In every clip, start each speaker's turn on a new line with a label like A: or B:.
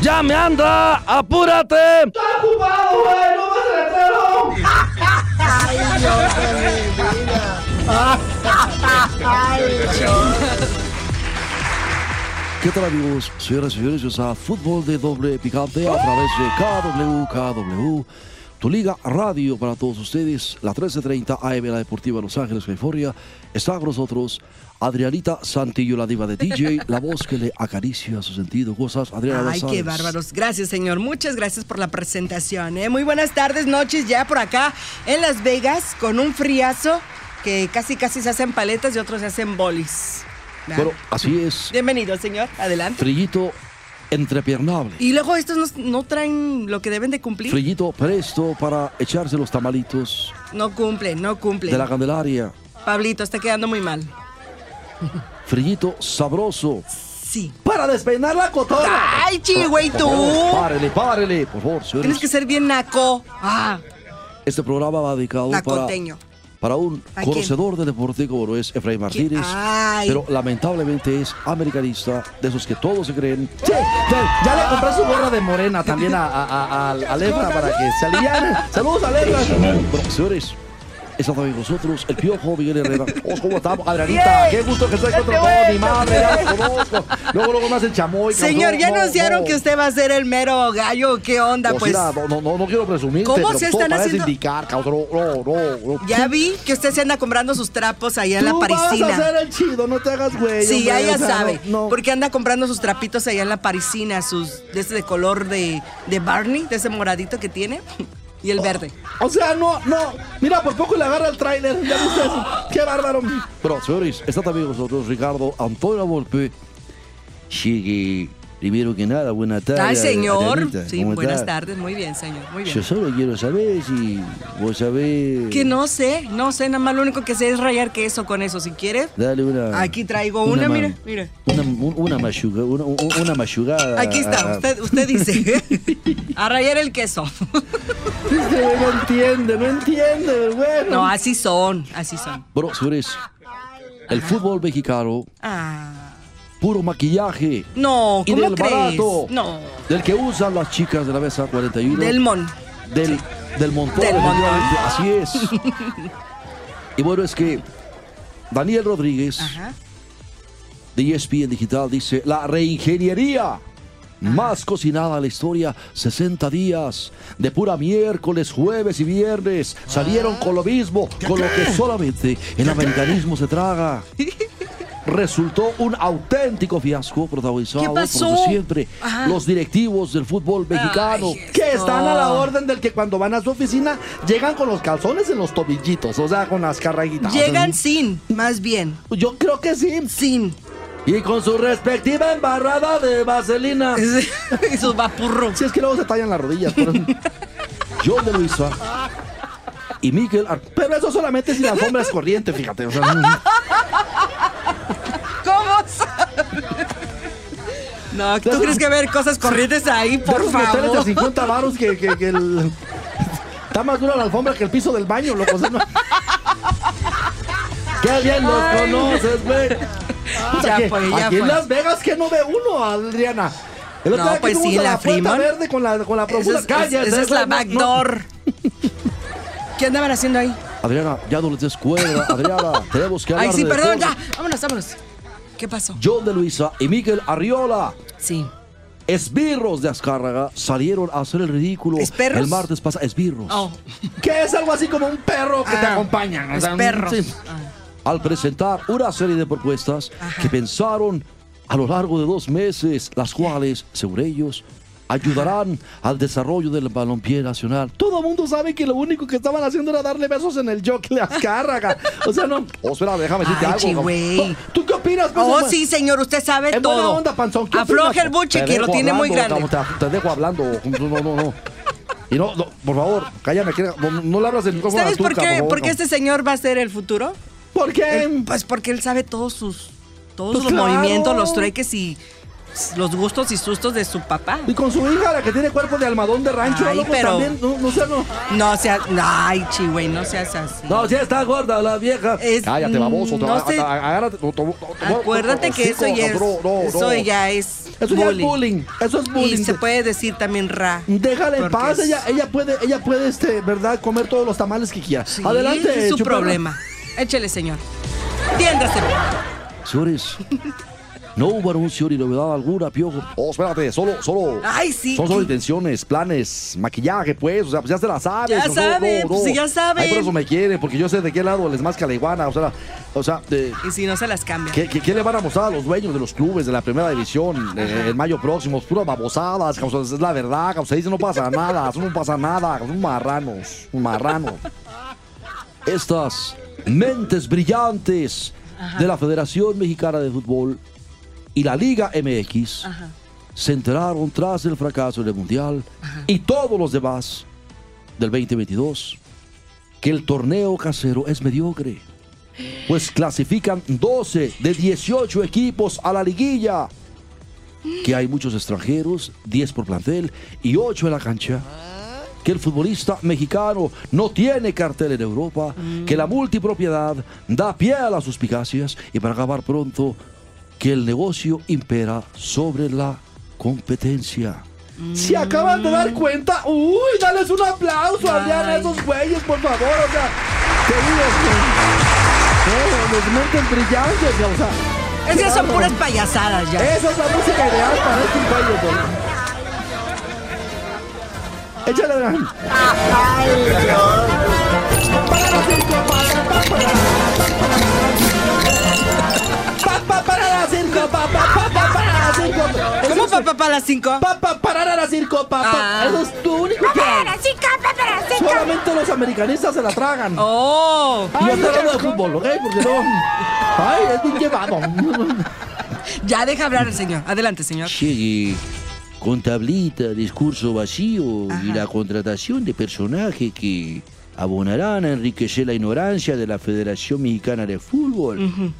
A: ¡Ya me anda! ¡Apúrate!
B: ¡Está ocupado, güey! ¡No me retero! ¡Ay,
C: Dios mío! ¿Qué tal amigos? Señoras y señores, es a Fútbol de Doble Picante a través de KW, KW, tu liga radio para todos ustedes, la 13.30 AM, la Deportiva Los Ángeles, California. Está con nosotros Adrianita Santillo, la diva de DJ, la voz que le acaricia su sentido. Cosas, Adriana
D: Ay,
C: González.
D: qué bárbaros. Gracias, señor. Muchas gracias por la presentación. ¿eh? Muy buenas tardes, noches, ya por acá en Las Vegas, con un friazo que casi casi se hacen paletas y otros se hacen bolis. ¿verdad?
C: Bueno, así es,
D: Bienvenido, señor. Adelante.
C: frillito entrepiernable.
D: Y luego estos no, no traen lo que deben de cumplir.
C: Frillito presto para echarse los tamalitos
D: No cumplen, no
C: de
D: cumplen.
C: la Candelaria.
D: Pablito, está quedando muy mal.
C: Frillito sabroso.
D: Sí.
B: ¡Para despeinar la cotorra!
D: Ay, chihuey,
C: Por favor,
D: tú.
C: Párele, párele, por favor,
D: Tienes
C: señores.
D: que ser bien naco. Ah,
C: Este programa va dedicado para,
D: nacoteño.
C: para un
D: ¿A quién?
C: conocedor del deporte como lo es Efraín Martínez.
D: Ay.
C: Pero lamentablemente es americanista, de esos que todos se creen.
B: Che, ya, ya le compré su gorra de morena también a, a, a- al- al Efra para que se aliviane. ¡Saludos al Efra!
C: Bueno, señores, está también con nosotros el piojo Miguel Herrera. Oh, ¿Cómo estamos? Adrianita, qué gusto que estés con
D: Este
C: nosotros. Mi madre, ya la conozco.
B: Luego, luego más el chamoy.
D: Señor, ya
C: no,
D: anunciaron
C: no.
D: que usted va a ser el mero gallo. ¿Qué onda?
C: Pues,
D: Pues
C: mira, no, no, no, no quiero presumir.
D: ¿Cómo se están haciendo?
C: indicar, cabrón. No, no, no.
D: ya vi que usted se anda comprando sus trapos allá en la
B: Tú vas a
D: parisina.
B: ser el chido, no te hagas güey.
D: Sí, ya
B: hombre,
D: ella
B: o sea,
D: sabe.
B: no, no.
D: Porque anda comprando sus trapitos allá en la parisina, sus de ese de color de, de Barney, de ese moradito que tiene, y el verde.
B: O sea, no, no. Mira, por poco le agarra el tráiler. Ya viste eso. Qué bárbaro.
C: Pero, señores, está también con nosotros Ricardo Antonio Volpe. Sí, que primero que nada, buenas tardes.
D: Ay, señor.
C: Adrianita,
D: Sí,
C: ¿cómo
D: buenas
C: estás?
D: tardes. Muy bien, señor. Muy
C: Yo
D: bien.
C: solo quiero saber si vos sabés.
D: Que no sé, no sé, nada más lo único que sé es rayar queso con eso. Si quieres,
C: Dale una.
D: Aquí traigo una, mira,
C: mano.
D: mira.
C: Una, un- una, machuga- una, un- una machugada.
D: aquí
C: Ah,
D: está, usted, usted dice. A rayar el queso.
B: Este güey no entiende, no entiende, güey.
D: No, así son, así son.
C: Bro, señores, el fútbol mexicano,
D: Ah.
C: puro maquillaje.
D: No,
C: Y
D: ¿cómo
C: del
D: crees?
C: barato.
D: No.
C: Del que usan las chicas de la mesa 41.
D: Del mon.
C: Del, del montón.
D: Del montón.
C: efectivamente, Así es. y bueno, es que Daniel Rodríguez,
D: Ajá.
C: de E ESPN Digital, dice, la reingeniería. Más cocinada en la historia, 60 días de pura miércoles, jueves y viernes.
D: Ah.
C: Salieron con lo mismo, con lo que solamente el americanismo se traga. Resultó un auténtico fiasco protagonizado
D: ¿Qué pasó?
C: por siempre
D: Ajá.
C: los directivos del fútbol mexicano.
D: Ay,
B: Que están
D: No.
B: a la orden del que cuando van a su oficina llegan con los calzones en los tobillitos, o sea, con las carraguitas.
D: Llegan sin, más bien.
B: Yo creo que sí.
D: Sin.
B: Y con su respectiva embarrada de vaselina.
D: Y sus vapurros.
B: Si es que luego se tallan las rodillas. por eso.
C: John de Luisa y Miguel Ar-
B: Pero eso solamente si la alfombra es corriente, fíjate. o sea, no.
D: ¿Cómo sabe? No, ¿tú crees que ver cosas corrientes ahí,
B: De
D: por
B: esos metales de
D: favor?
B: 50 varos que, que- que el- Está más dura la alfombra que el piso del baño, loco. o sea, no. ¡Qué bien los
D: Ay.
B: conoces, güey! O sea,
D: Ya
B: que
D: fue, ya
B: aquí en
D: fue.
B: Las Vegas que no ve uno, Adriana. El
D: No,
B: otro día que
D: pues
B: fuimos
D: sí,
B: a la,
D: la
B: puerta
D: Freeman.
B: verde con la, con la
D: Esa
B: profunda.
D: es, esa- esa es la backdoor. ¿Qué andaban haciendo ahí?
C: Adriana, ya no les des cuerda, Adriana, tenemos que hablar
D: Ay, sí,
C: de
D: perdón, ya.
C: deporte.
D: Vámonos, vámonos. ¿Qué pasó?
C: John de Luisa y Miguel Arriola,
D: Sí.
C: esbirros de Azcárraga, salieron a hacer el ridículo
D: ¿Esperros?
C: el martes pasado. Esbirros.
D: Oh,
B: Que es algo así como un perro que te
D: Ah,
B: acompaña. o
D: los
B: sea, un-
D: perros.
B: sí.
D: Ah,
C: Al presentar una serie de propuestas
D: Ajá.
C: que pensaron a lo largo de dos meses, las cuales, según ellos, ayudarán al desarrollo del balompié nacional.
B: Todo mundo sabe que lo único que estaban haciendo era darle besos en el jockey a Azcárraga. O sea, no. O espera, Oh, déjame decirte
D: Ay,
B: algo.
D: chihuey.
B: ¿Tú qué opinas? pues,
D: Oh,
B: en-
D: sí, señor, usted sabe
B: en buena
D: todo.
B: onda, panzón. ¿Qué
D: Afloje
B: opinas?
D: el buche
B: Te
D: que lo
B: dejo
D: tiene muy
B: hablando,
D: grande.
B: Te, te dejo hablando. No, no, no. no. Y no, no, por favor, cállame. que no, no le hablas del micrófono
D: ¿Sabes
B: a la
D: por
B: turca,
D: qué,
B: favor,
D: por qué
B: no.
D: este señor va a ser el futuro?
B: ¿Por qué?
D: Él- pues porque él sabe todos sus todos
B: Pues
D: los
B: claro.
D: movimientos, los trueques y s- los gustos y sustos de su papá.
B: Y con su hija, la que tiene cuerpo de almadón de rancho.
D: Ay,
B: loco,
D: pero-
B: también, no, no sé, no.
D: No seas, ay, chihuey, no seas así.
B: No, sí está gorda la vieja.
D: Es-
B: Cállate, baboso.
D: no
B: No
D: sé.
B: Agárrate. no, tomo- tomo-
D: Acuérdate que
B: hocico,
D: eso ya es,
B: no, no, no.
D: eso ya es
B: Eso ya es
D: bullying.
B: bullying. Eso es bullying.
D: Y se puede decir también ra.
B: Déjala en
D: porque
B: paz,
D: es-
B: ella, ella puede, ella puede, este, ¿verdad? Comer todos los tamales que quiera.
D: Sí,
B: Adelante.
D: ese es su
B: chuparra.
D: problema. Échele, señor. Tiéndase.
C: Señores, no hubo anuncio ni novedad alguna, Piojo. Oh, espérate, solo, solo.
D: Ay, sí,
C: Son solo
D: ¿qué?
C: intenciones, planes, maquillaje, pues. O sea, pues ya se la sabes.
D: Ya
C: no, no,
D: sabe,
C: no,
D: pues,
C: no.
D: sí, ya sabe.
C: Ay, por eso me quiere, porque yo sé de qué lado les masca la iguana. O sea, o sea de-
D: Y si no se las cambia.
C: ¿Qué, qué, qué le van a mostrar a los dueños de los clubes de la primera división eh, en mayo próximo? Puras babosadas, causa, es la verdad, causa, dice no pasa nada, eso no pasa nada, son marranos, un marrano. Estas mentes brillantes de la Federación Mexicana de Fútbol y la Liga MX
D: Ajá.
C: se enteraron tras el fracaso del Mundial y todos los demás del 2022 que el torneo casero es mediocre. Pues clasifican 12 de 18 equipos a la liguilla. Que hay muchos extranjeros, 10 por plantel y 8 en la cancha. Que el futbolista mexicano no tiene cartel en Europa. Que la multipropiedad da pie a las suspicacias. Y para acabar pronto, que el negocio impera sobre la competencia.
B: Se acaban de dar cuenta. Uy, dales un aplauso, Adrián, a
D: Ay.
B: esos güeyes, por favor. O sea, queridos. eh, los mentes brillantes, ya, o sea.
D: Es que son
B: bárbaro.
D: puras payasadas ya.
B: Esa es la música ideal para este estos güeyes, güey. Échale, Adrián. Pa, pa, para la circo, pa, pa, pa, pa, para la circo.
D: ¿Cómo
B: Eso es-
D: papá para las cinco?
B: Pa, pa, para la circo, pa, pa.
D: Ah.
B: Eso es tu único que- Solamente los americanistas se la tragan.
D: Oh,
B: Y yo estoy hablando de fútbol, ¿ok? Porque no. Ay, es bien llevado.
D: ya deja hablar el señor. Adelante, señor.
C: Llegue con tablita, discurso vacío y
D: Ajá.
C: la contratación de personajes que abonarán a enriquecer la ignorancia de la Federación Mexicana de Fútbol.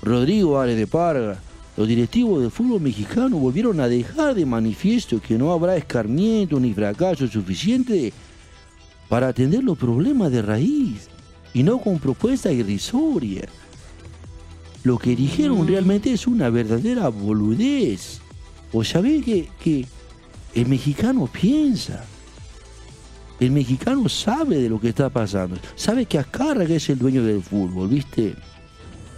C: Rodrigo Ares de Parga, los directivos del fútbol mexicano volvieron a dejar de manifiesto que no habrá escarmiento ni fracaso suficiente para atender los problemas de raíz y no con propuestas irrisorias. Lo que
D: Mm.
C: dijeron realmente es una verdadera boludez. ¿O sabés que, que el mexicano piensa? El mexicano sabe de lo que está pasando. Sabe que Azcárraga es el dueño del fútbol, ¿viste?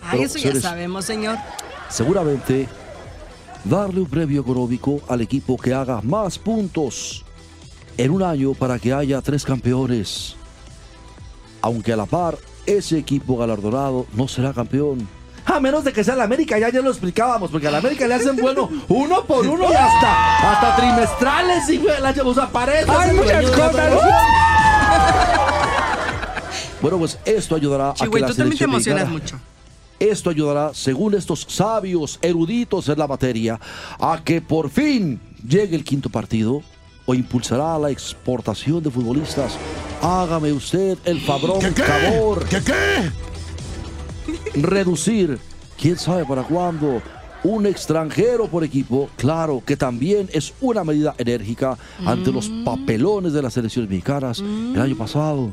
D: Ay, eso ya
C: señores.
D: sabemos, señor.
C: Seguramente darle un premio económico al equipo que haga más puntos en un año para que haya tres campeones. Aunque a la par, ese equipo galardonado no será campeón.
B: A menos de que sea la América, ya, ya lo explicábamos, porque a la América le hacen bueno uno por uno y hasta, hasta trimestrales, hijo de la ch- O sea, parece.
E: Hay
B: ese
E: muchas
B: dueño de la
E: cosas.
B: federación.
C: Bueno, pues esto ayudará a que
D: Chihuey,
C: la
D: tú también te
C: selección
D: emocionas
C: mexicana-
D: mucho.
C: Esto ayudará, según estos sabios eruditos en la materia, a que por fin llegue el quinto partido o impulsará la exportación de futbolistas. Hágame usted el fabrón favor. Reducir, quién sabe para cuándo, un extranjero por equipo, claro que también es una medida enérgica ante los papelones de las selecciones mexicanas el año pasado.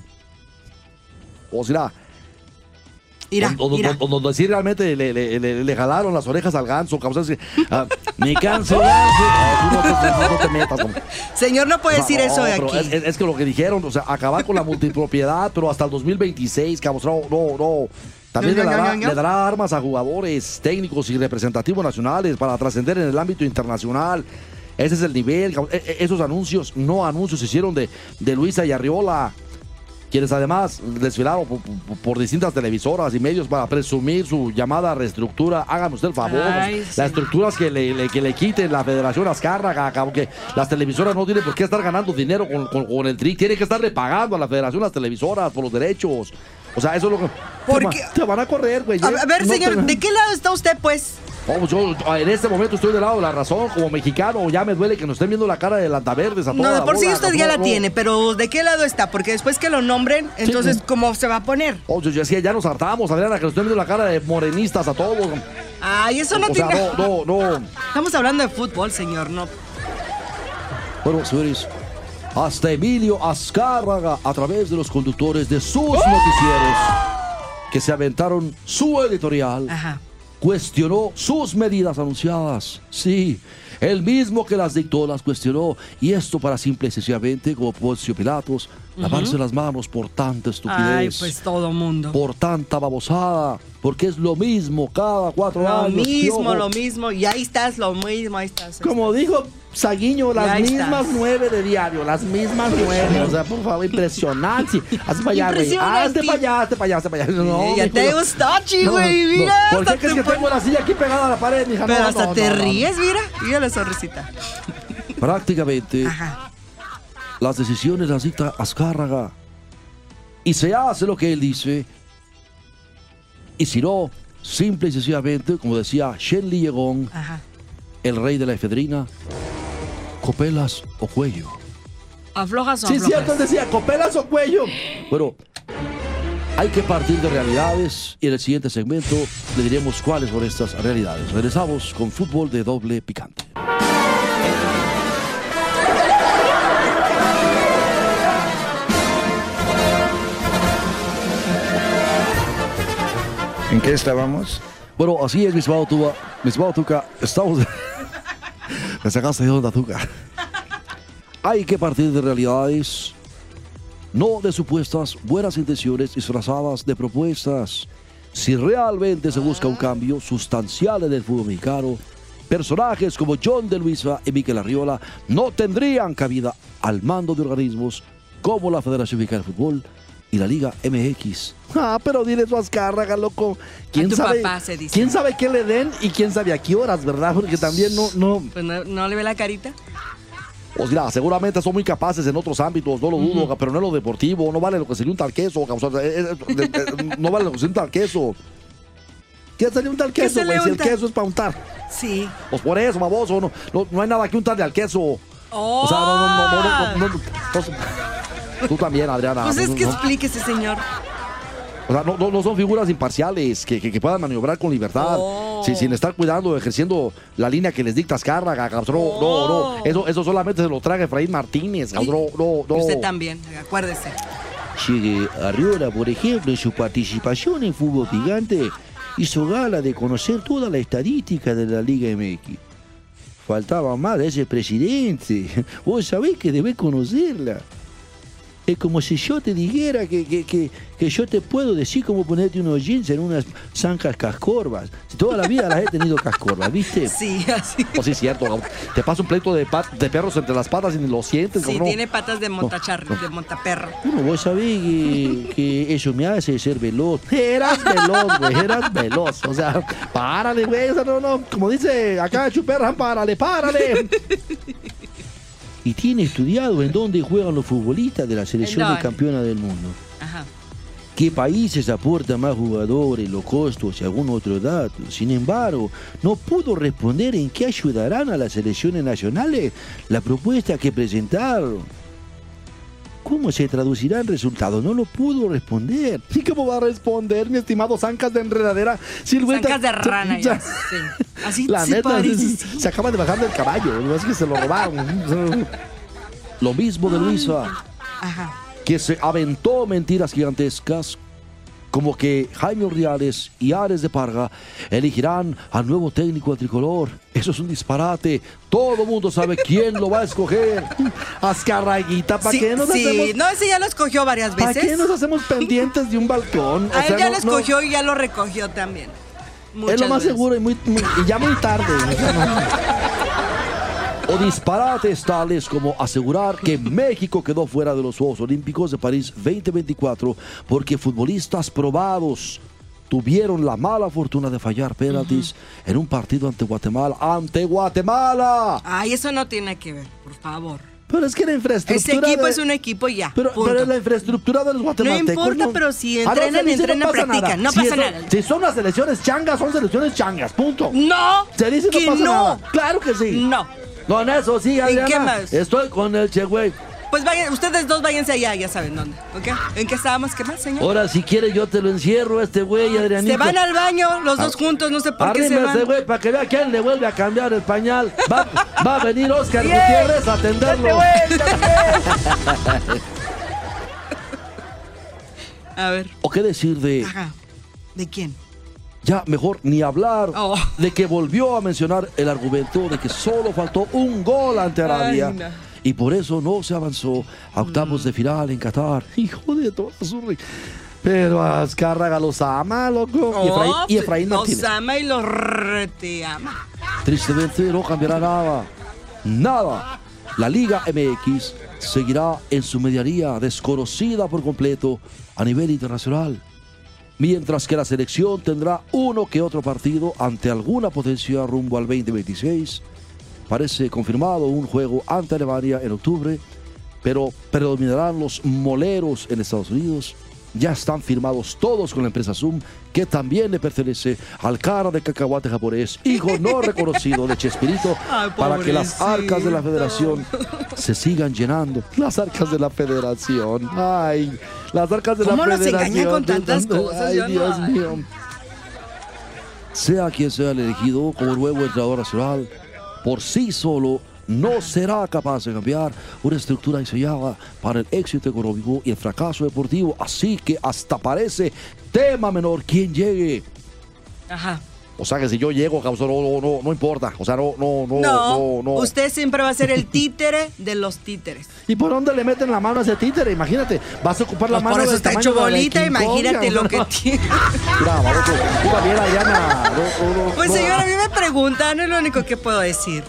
C: O sea,
D: Irá,
B: O- o-
D: irá.
B: o- o donde sí realmente le, le- le- le jalaron las orejas al ganso, causó así, ah,
C: Me canso, ganso. Ah, tú no te- no te metas, hombre.
D: Señor, no puede decir
C: No,
D: eso de
C: pero
D: aquí.
C: Es, es- es que lo que dijeron, o sea, acabar con la multipropiedad, pero hasta el 2026, cabrón. No, no. También
D: No,
C: le
D: no,
C: dará,
D: no, no, no.
C: le dará armas a jugadores, técnicos y representativos nacionales para trascender en el ámbito internacional. Ese es el nivel. cabrón. E- e- Esos anuncios, no anuncios, se hicieron de, de Luisa y Arriola, quienes además desfilaron por, por- por distintas televisoras y medios para presumir su llamada reestructura. Hágame usted el favor.
D: Ay,
C: las
D: sí.
C: estructuras que le, le- que le quiten la Federación Azcárraga, cabrón, que las televisoras no tienen por qué estar ganando dinero con, con- con el TRI, tienen que estarle pagando a la Federación las televisoras por los derechos. O sea, eso es lo que.
D: ¿Por
C: te,
D: qué?
C: va- te van a correr, güey. ¿eh?
D: A, a ver,
C: No te-
D: señor, ¿de qué lado está usted, pues?
C: Oh, yo en este momento estoy del lado de la razón, como mexicano, ya me duele que nos estén viendo la cara de lantaverdes a toda
D: No, de
C: la
D: por sí
C: bola,
D: usted ya
C: no,
D: la
C: no.
D: tiene, pero ¿de qué lado está? Porque después que lo nombren, entonces, ¿cómo se va a poner?
C: Oh, yo yo decía, ya nos hartamos, Adriana, que nos estén viendo la cara de morenistas a todos.
D: Ay, eso no
C: o sea,
D: tiene...
C: no, no, no.
D: Estamos hablando de fútbol, señor, no.
C: Bueno, señores, hasta Emilio Azcárraga, a través de los conductores de sus
D: ¡Oh!
C: noticieros, que se aventaron su editorial,
D: Ajá.
C: cuestionó sus medidas anunciadas. Sí, el mismo que las dictó las cuestionó. Y esto para simple y sencillamente, como Poncio Pilatos, lavarse las manos por tanta estupidez.
D: Ay, pues todo mundo.
C: Por tanta babosada, porque es lo mismo cada cuatro
D: Lo
C: años.
D: mismo,
C: piojo.
D: lo mismo. Y ahí estás, lo mismo, ahí estás.
B: Como dijo Saguiño, las
D: Ahí está.
B: mismas nueve de diario, las mismas nueve. O sea, por favor, impresionante. Hazte para allá, güey.
D: Impresionante.
B: Hazte para allá, hazte para allá, hazte para allá. No,
D: Eh, ya
B: mijo,
D: te
B: no.
D: gusta, chi,
B: No,
D: güey.
B: no.
D: Mira,
B: ¿Por qué
D: hasta
B: crees
D: te
B: que tengo la silla aquí pegada a la pared, mija? No,
D: Pero
B: no,
D: hasta
B: no,
D: te
B: no, no.
D: ríes, mira. Mira la sonrisita.
C: Prácticamente
D: Ajá.
C: las decisiones las dicta Azcárraga. Y se hace lo que él dice. Y si no, simple y sencillamente, como decía Shenli Yegong,
D: Ajá.
C: el rey de la efedrina, copelas o cuello.
D: Aflojas o
B: Sí,
D: aflojas.
B: cierto, él decía, copelas o cuello.
C: Bueno, hay que partir de realidades y en el siguiente segmento le diremos cuáles son estas realidades. Regresamos con fútbol de doble picante.
F: ¿En qué estábamos?
C: Bueno, así es, mi estimado Tuca. Mi estimado Tuca, estamos... Me sacaste de onda, Tuca. Hay que partir de realidades, no de supuestas buenas intenciones disfrazadas de propuestas. Si realmente se busca
D: Ah.
C: un cambio sustancial en el fútbol mexicano, personajes como John de Luisa y Miquel Arriola no tendrían cabida al mando de organismos como la Federación Mexicana de Fútbol y la Liga MX.
B: Ah, pero dile eso a Azcárraga, loco. ¿Quién
D: A tu
B: sabe?
D: papá se dice.
B: ¿Quién sabe qué le den y quién sabe a qué horas, verdad? Porque también no, no.
D: Pues no, no le ve la carita.
C: Pues mira, seguramente son muy capaces en otros ámbitos, no lo dudo, pero no en lo deportivo, no vale lo que sería un tal queso, causar- eh, eh, de- eh, no vale lo que sería un tal queso.
B: ¿Qué salió un tal queso,
D: se le
B: güey? Si el
D: unta?
B: queso es para untar.
D: Sí.
C: Pues por eso, baboso, no, no, no hay nada que untarle al queso.
D: ¡Oh!
C: O sea, no, no, no, no, no, no, no, no. Tú también, Adriana.
D: ¡Ah! Pues es
C: no,
D: que
C: no.
D: explíquese, señor.
C: O sea, no, no- no son figuras imparciales que, que- que puedan maniobrar con libertad,
D: Oh.
C: sin, sin estar cuidando, ejerciendo la línea que les dicta Azcárraga, cabrón.
D: Oh.
C: No, no, eso, eso solamente se lo traga Efraín Martínez, cabrón. No, no.
D: Usted también, acuérdese.
F: Sigue Arriola, por ejemplo, en su participación en Fútbol Gigante, hizo gala de conocer toda la estadística de la Liga MX. Faltaba más de ese presidente. Vos sabés que debés conocerla. Es como si yo te dijera que, que- que- que yo te puedo decir cómo ponerte unos jeans en unas zancas cascorvas. Toda la vida las he tenido cascorvas, ¿viste?
D: Sí, así.
C: Pues sí, es cierto. cabrón. Te pasa un pleito de, pat- de perros entre las patas y ni lo sientes,
D: Sí,
C: cabrón.
D: tiene patas de montachar, de montaperro.
F: Bueno, vos sabés que, que eso me hace ser veloz. pues,
B: Eras veloz, güey, eras veloz. O sea, párale, güey. O sea, no, no. Como dice acá Chuperra, párale, párale.
F: y tiene estudiado en dónde juegan los futbolistas de las selecciones
D: dónde?
F: campeonas del mundo.
D: Ajá.
F: ¿Qué países aportan más jugadores, los costos y algún otro dato? Sin embargo, no pudo responder en qué ayudarán a las selecciones nacionales la propuesta que presentaron. ¿Cómo se traducirá el resultado? No lo pudo responder.
B: ¿Y cómo va a responder, mi estimado Zancas de Enredadera? Silveta.
D: Zancas de rana,
B: Ya-
D: ya. Sí. Así
B: La
D: sí
B: neta,
D: parece.
B: se, se acaba de bajar del caballo. No es que se lo robaron.
C: Lo mismo de Luisa,
D: Ajá.
C: que se aventó mentiras gigantescas, como que Jaime Ordiales y Ares de Parga elegirán al nuevo técnico del tricolor. Eso es un disparate. Todo mundo sabe quién lo va a escoger.
B: Azcarraguita, ¿para
D: sí,
B: qué nos
D: sí.
B: hacemos
D: No, ese ya lo escogió varias
B: ¿Para
D: veces.
B: qué nos hacemos pendientes de un balcón? O
D: A él
B: sea,
D: ya
B: no-
D: lo
B: no,
D: escogió y ya lo recogió también.
B: es lo
D: Muchas
B: más
D: veces.
B: seguro y, muy, muy- y ya muy tarde. O sea, no.
C: O disparates tales como asegurar que México quedó fuera de los Juegos Olímpicos de París 2024 porque futbolistas probados tuvieron la mala fortuna de fallar penaltis en un partido ante Guatemala. ¡Ante Guatemala!
D: Ay, eso no tiene que ver, por favor.
B: Pero es que la
D: Ese
B: infraestructura.
D: equipo
B: de-
D: es un equipo y ya.
B: Pero,
D: punto.
B: pero la infraestructura de los guatemaltecos.
D: importa, pero si
B: Ah, no, se
D: entrenan,
B: dice, no
D: entrenan,
B: pasa nada.
D: practican, no
B: Si
D: pasa
B: eso-
D: nada.
B: Si son las selecciones changas, son selecciones changas, punto.
D: No,
B: Se dice
D: que
B: no pasa
D: no.
B: nada. Claro que sí.
D: No.
B: Con eso sí, Adriana.
D: qué más?
B: Estoy con el Che, güey.
D: Pues vayan, ustedes dos váyanse allá, ya saben dónde. ¿Ok? ¿En qué estábamos? ¿Qué más, señor?
B: Ahora, si quieres, yo te lo encierro a este güey, Adrianito.
D: Ah, Se van al baño los
B: Ah,
D: dos juntos, no sé por qué se
B: Arrímese,
D: van.
B: güey, para que vea quién le vuelve a cambiar el pañal. Va, va a venir Oscar
E: Bien.
B: Gutiérrez a
D: Este
B: atenderlo.
D: A ver,
C: ¿O qué decir de...
D: ajá. ¿De quién?
C: Ya mejor ni hablar
D: Oh.
C: de que volvió a mencionar el argumento de que solo faltó un gol ante Arabia.
D: Ay, no.
C: Y por eso no se avanzó a octavos de final en Qatar. Hijo de toda su re-
B: Pero Azcárraga los ama, loco. Y Efraín, y Efraín Martínez.
D: Oh, Los ama y los re- te ama.
C: Tristemente no cambiará nada. Nada. La Liga MX seguirá en su medianía desconocida por completo a nivel internacional. Mientras que la selección tendrá uno que otro partido ante alguna potencia rumbo al 2026. Parece confirmado un juego ante Alemania en octubre, pero predominarán los moleros en Estados Unidos. Ya están firmados todos con la empresa Zoom, que también le pertenece al cara de cacahuate japonés, hijo no reconocido de Chespirito,
D: Ay,
C: para que las arcas de la federación
D: pobrecito.
C: se sigan llenando.
B: Las arcas de la federación. Ay, las arcas de
D: ¿Cómo
B: la
D: nos
B: federación.
D: engañan con tantas
B: Ay,
D: cosas?
B: Ay,
D: Yo no-
B: Dios
D: ay.
B: mío.
C: Sea quien sea el elegido como nuevo entrenador nacional, por sí solo no será capaz de cambiar una estructura diseñada para el éxito económico y el fracaso deportivo. Así que hasta parece tema menor quien llegue.
D: Ajá.
C: O sea que si yo llego, cabrón, no, no, no, no importa. O sea, no, no,
B: Oh,
C: no,
D: No,
C: no, no.
D: usted siempre va a ser el títere de los títeres.
B: ¿Y por dónde le meten la mano a ese títere? Imagínate, vas a ocupar la
D: Pues
B: mano
D: por eso
B: del
D: está
B: tamaño
D: hecho
B: de la de
D: bolita,
B: King Kong,
D: imagínate
B: ya, o
D: lo
B: sea,
D: que
B: no.
D: tiene.
B: Brava, loco. Tú también, Adriana. No, no, no,
D: Pues
B: no.
D: señor, a mí me preguntan, es lo único que puedo decir.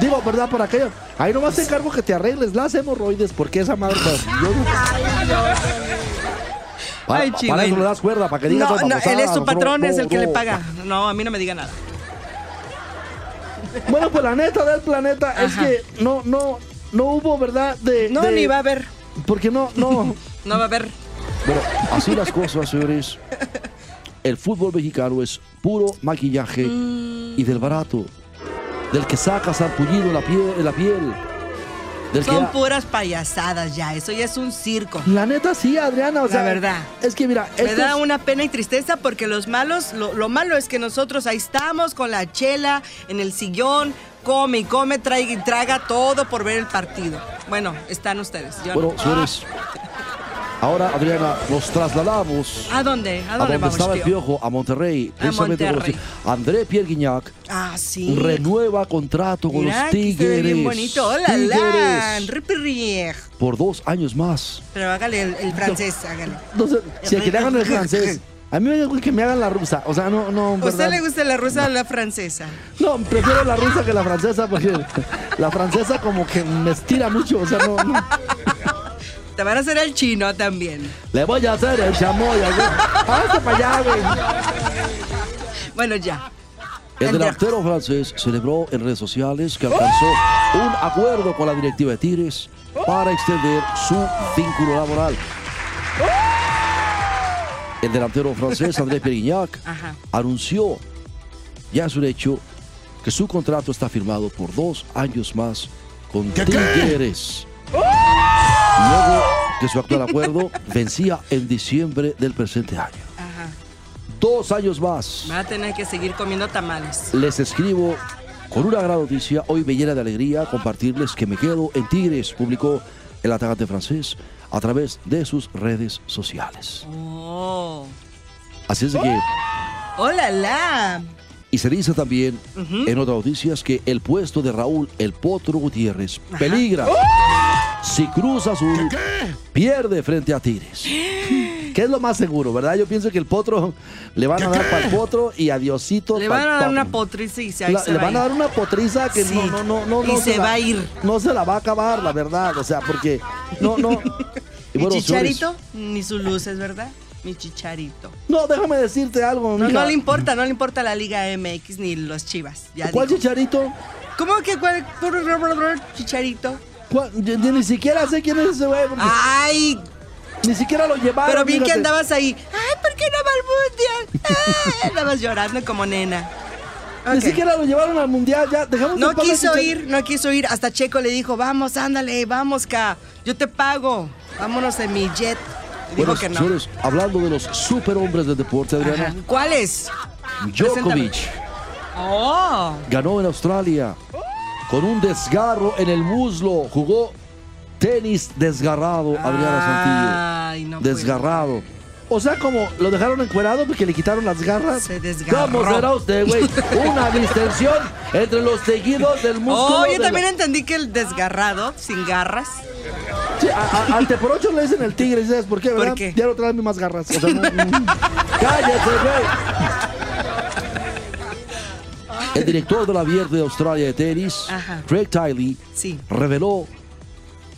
B: Digo, ¿verdad? Por aquello. Ahí nomás te encargo que te arregles las hemorroides, porque esa madre.
C: pues,
B: yo-
C: Para,
D: Ay,
C: para eso
D: Chihuahua.
C: le das cuerda, para que digas
D: No,
C: esas
D: no, él
C: babosadas,
D: es su
C: no,
D: patrón,
C: no,
D: es el que le
C: no.
D: paga. No, a mí no me diga nada.
B: Bueno, pues la neta del planeta es
D: Ajá.
B: que no, no, no hubo, ¿verdad? De,
D: No,
B: de-
D: ni va a haber.
B: Porque no, no.
D: No va a haber.
C: Ah, Bueno, así las cosas, señores. El fútbol mexicano es puro maquillaje
D: Mm.
C: y del barato. Del que saca sarpullido la piel, en la piel. Del que
D: Son
C: ha-
D: puras payasadas ya. Eso ya es un circo.
B: La neta sí, Adriana, o
D: La
B: sea,
D: verdad.
B: Es que mira,
D: Me
B: estos-
D: da una pena y tristeza porque los malos, lo, lo malo es que nosotros ahí estamos con la chela en el sillón, come y come, trae y traga todo por ver el partido. Bueno, están ustedes. yo no.
C: Bueno, señores.
D: Ah.
C: Ahora, Adriana, nos trasladamos
D: ¿A dónde? ¿A
C: a
D: dónde
C: donde
D: vamos,
C: estaba el
D: tío?
C: piojo, a Monterrey. Precisamente por-
D: Monterrey.
C: André Pierre Guignac
D: Ah, sí.
C: renueva contrato con
D: Mira,
C: los
D: aquí se ve
C: Tigres.
D: bien bonito. Hola, la.
C: Tigres.
D: Ripirriej.
C: Por dos años más.
D: Pero hágale el, el francés, hágale.
B: no sé, si a que le hagan el francés. A mí me gusta que me hagan la rusa. O sea, no, no.
D: ¿A usted
B: ¿verdad?
D: le gusta la rusa o la francesa?
B: No, prefiero la rusa que la francesa porque la francesa como que me estira mucho. O sea, no. no.
D: Te van a hacer el chino también.
B: Le voy a hacer el chamoy. güey. Hazte para allá, güey.
D: Bueno, ya.
C: El
D: Andrea.
C: delantero francés celebró en redes sociales que alcanzó un acuerdo con la directiva de Tigres para extender su vínculo laboral. El delantero francés André Perignac
D: Ajá.
C: anunció, ya es un hecho, que su contrato está firmado por dos años más con Tigres. Luego que su actual acuerdo vencía en diciembre del presente año.
D: Ajá.
C: Dos años más.
D: Va a tener que seguir comiendo tamales.
C: Les escribo con una gran noticia. Hoy me llena de alegría compartirles que me quedo en Tigres, publicó el atacante francés a través de sus redes sociales.
D: Oh.
C: Así es de que,
D: ¡Hola, la!
C: y se dice también en otras noticias que el puesto de Raúl El Potro Gutiérrez peligra
D: ¡Oh!
C: si Cruz Azul pierde frente a Tigres.
B: ¿Qué es lo más seguro, verdad? Yo pienso que el potro le van a dar para el potro y adiosito.
D: Le
B: pa'l
D: van a dar
B: potro.
D: una potriz y se, ahí
B: La-
D: se
B: le
D: va
B: van a
D: ir.
B: dar una potriza que
D: Sí.
B: no, no, no, no,
D: Y
B: no
D: se
B: la-
D: va a ir.
B: No se la va a acabar, la verdad. O sea, porque no, no.
D: ¿Y
C: bueno,
D: Chicharito? Ni sus luces, ¿verdad? Mi Chicharito.
B: No, déjame decirte algo,
D: No,
B: mija.
D: no le importa, no le importa la Liga MX ni los Chivas. ya
B: ¿Cuál
D: dijo.
B: chicharito?
D: ¿Cómo que cuál? Chicharito.
B: ¿Cuál? Yo- yo ni siquiera sé quién es ese güey. porque
D: Ay,
B: Ni siquiera lo llevaron.
D: pero vi que
B: fíjate.
D: andabas ahí. Ay, ¿por qué no balbuceas? Ay, andabas llorando como nena.
B: Ni
D: Ok.
B: siquiera lo llevaron al mundial. Ya, dejamos
D: No
B: en paz a
D: quiso
B: Chicha-
D: ir, no quiso ir. Hasta Checo le dijo, vamos, ándale, vamos, Ka. Yo te pago. Vámonos en mi jet. Y dijo
C: Bueno,
D: que no.
C: señores, hablando de los superhombres del deporte, Adriana,
D: Ajá. ¿Cuáles?
C: Djokovic
D: Oh.
C: ganó en Australia con un desgarro en el muslo. Jugó tenis desgarrado,
D: Ah,
C: Adriana
D: Ay,
C: Santillo.
D: no puede
C: desgarrado.
B: O sea, como lo dejaron encuerado porque le quitaron las garras.
D: Se
C: ¿Cómo será
D: desgarró.
C: usted, güey? Una distensión entre los tejidos del músculo.
D: Oh, yo
C: de
D: también entendí que el desgarrado, sin garras.
B: Sí, a- a- al teporocho le dicen el tigre. ¿Sabes por qué,
D: ¿Por
B: verdad?
D: qué?
B: Ya no traen más garras. O sea, no- no- ¡Cállate, güey!
C: la- El director del abierto de Australia de tenis,
D: Ajá.
C: Craig Tiley,
D: Sí.
C: reveló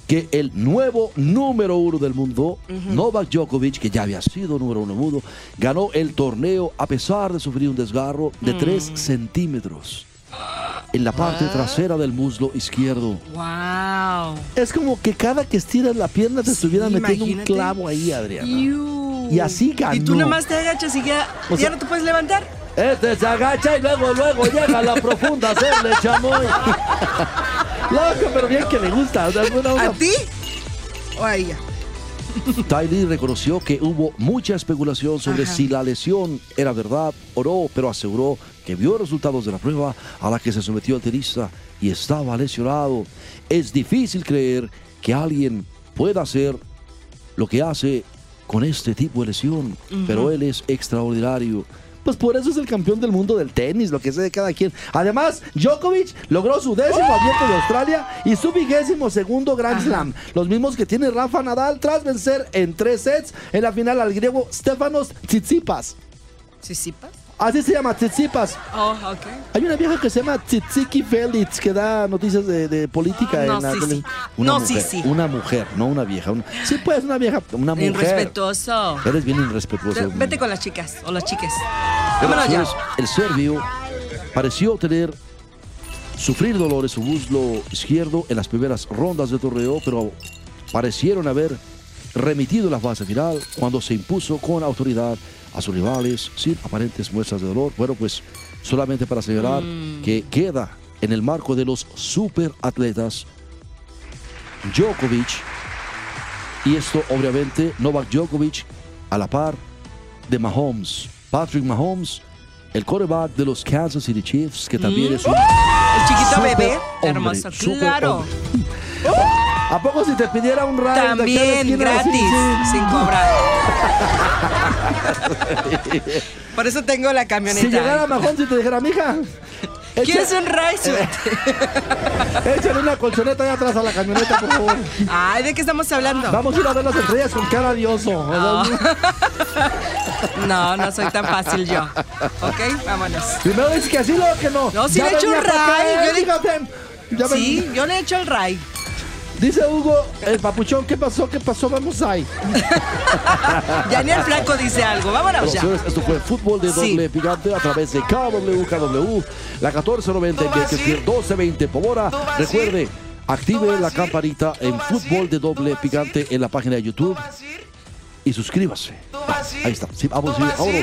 C: que el nuevo número uno del mundo, Novak Djokovic, que ya había sido número uno del mundo, ganó el torneo a pesar de sufrir un desgarro de 3 centímetros en la parte trasera del muslo izquierdo.
D: Wow.
B: Es como que cada que estiras la pierna te estuviera metiendo un
D: imagínate.
B: clavo ahí, Adriana.
D: Iu.
B: Y así
D: Y tú
B: ganó.
D: nomás te agachas y ya,
B: O
D: ya
B: sea-
D: no te puedes levantar.
C: Este se agacha y luego, luego llega a la profunda, hacerle chamoy.
B: Loco, pero bien que le gusta. o sea, es buena
D: ¿A
B: onda.
D: ti? O a ella.
C: Tylee reconoció que hubo mucha especulación sobre
D: Ajá.
C: si la lesión era verdad o no, pero aseguró que vio resultados de la prueba a la que se sometió el tenista y estaba lesionado. Es difícil creer que alguien pueda hacer lo que hace con este tipo de lesión, pero él es extraordinario.
B: Pues por eso es el campeón del mundo del tenis, lo que sé de cada quien. Además, Djokovic logró su décimo abierto de Australia y su vigésimo segundo Grand Slam. Los mismos que tiene Rafa Nadal tras vencer en tres sets en la final al griego Stefanos Tsitsipas.
D: ¿Sisipas?
B: Así se llama, Tsitsipas.
D: Oh, ok.
B: Hay una vieja que se llama Tsitsiki Felix que da noticias de, de política
D: No,
B: en la
D: sí,
B: tele.
D: sí.
C: Una
D: No,
C: mujer,
D: sí, sí.
C: Una mujer, no una vieja. una-
B: Sí, pues, una vieja, una mujer.
D: Irrespetuoso.
C: Eres bien irrespetuoso.
D: Vete con las chicas o las chiques.
C: Pero,
D: Vámonos ya.
C: señores, El serbio pareció tener sufrir dolores su muslo izquierdo en las primeras rondas de torneo, pero parecieron haber remitido la fase final cuando se impuso con autoridad a sus rivales sin aparentes muestras de dolor. Bueno, pues solamente para señalar que queda en el marco de los superatletas Djokovic y esto obviamente Novak Djokovic a la par de Mahomes, Patrick Mahomes, el quarterback de los Kansas City Chiefs, que también es un
D: El chiquito
C: Súper
D: bebé,
C: hombre,
D: hermoso.
C: súper
D: claro,
C: hombre.
B: ¿A poco si te pidiera un ride? de acá a la
D: Mm. también
B: esquina?
D: gratis,
B: Sí, sí.
D: sin cobrar. Por eso tengo la camioneta.
B: Si llegara Eh. Mahón y te dijera, mija,
D: ¿Quieres un raíz?
B: echa- échale una colchoneta allá atrás a la camioneta, por favor.
D: Ay, ¿de qué estamos hablando?
B: Vamos a ir a ver las estrellas con cara de oso. O sea,
D: Ah. No, no soy tan fácil yo. ¿Ok? Vámonos.
B: Primero dices que así, luego que no.
D: No, sí le echo
B: venía
D: un
B: pa' acá,
D: ray,
B: eh,
D: yo le-
B: fíjate. Ya ven-
D: Sí, yo le echo el ray.
B: Dice Hugo, el papuchón, ¿qué pasó? ¿Qué pasó? Vamos ahí.
D: Ya ni el flaco dice algo. Vámonos ya.
C: Señores, Esto fue fútbol de
D: Sí.
C: doble picante a través de KW, KW, la 1490 en Bakersfield, 1220 por hora. Recuerde, active la campanita en fútbol de doble picante en la página de YouTube y suscríbase. Ah, Ahí está. Sí, vamos, sí, vámonos. Vamos,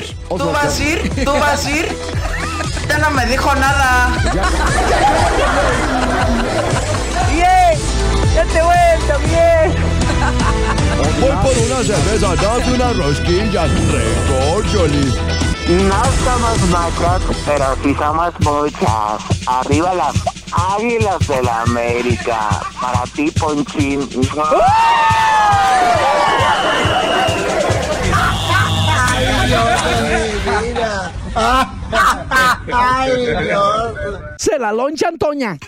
C: vamos.
G: ir? ¿Tú vas a ir? Ya no me dijo nada.
C: Voy por unas cervezas, date unas rosquillas, recorcholis.
H: No somos machos, pero sí somos muchas. Arriba las águilas del América. Para ti, Ponchín.
B: Se la loncha, Antoña.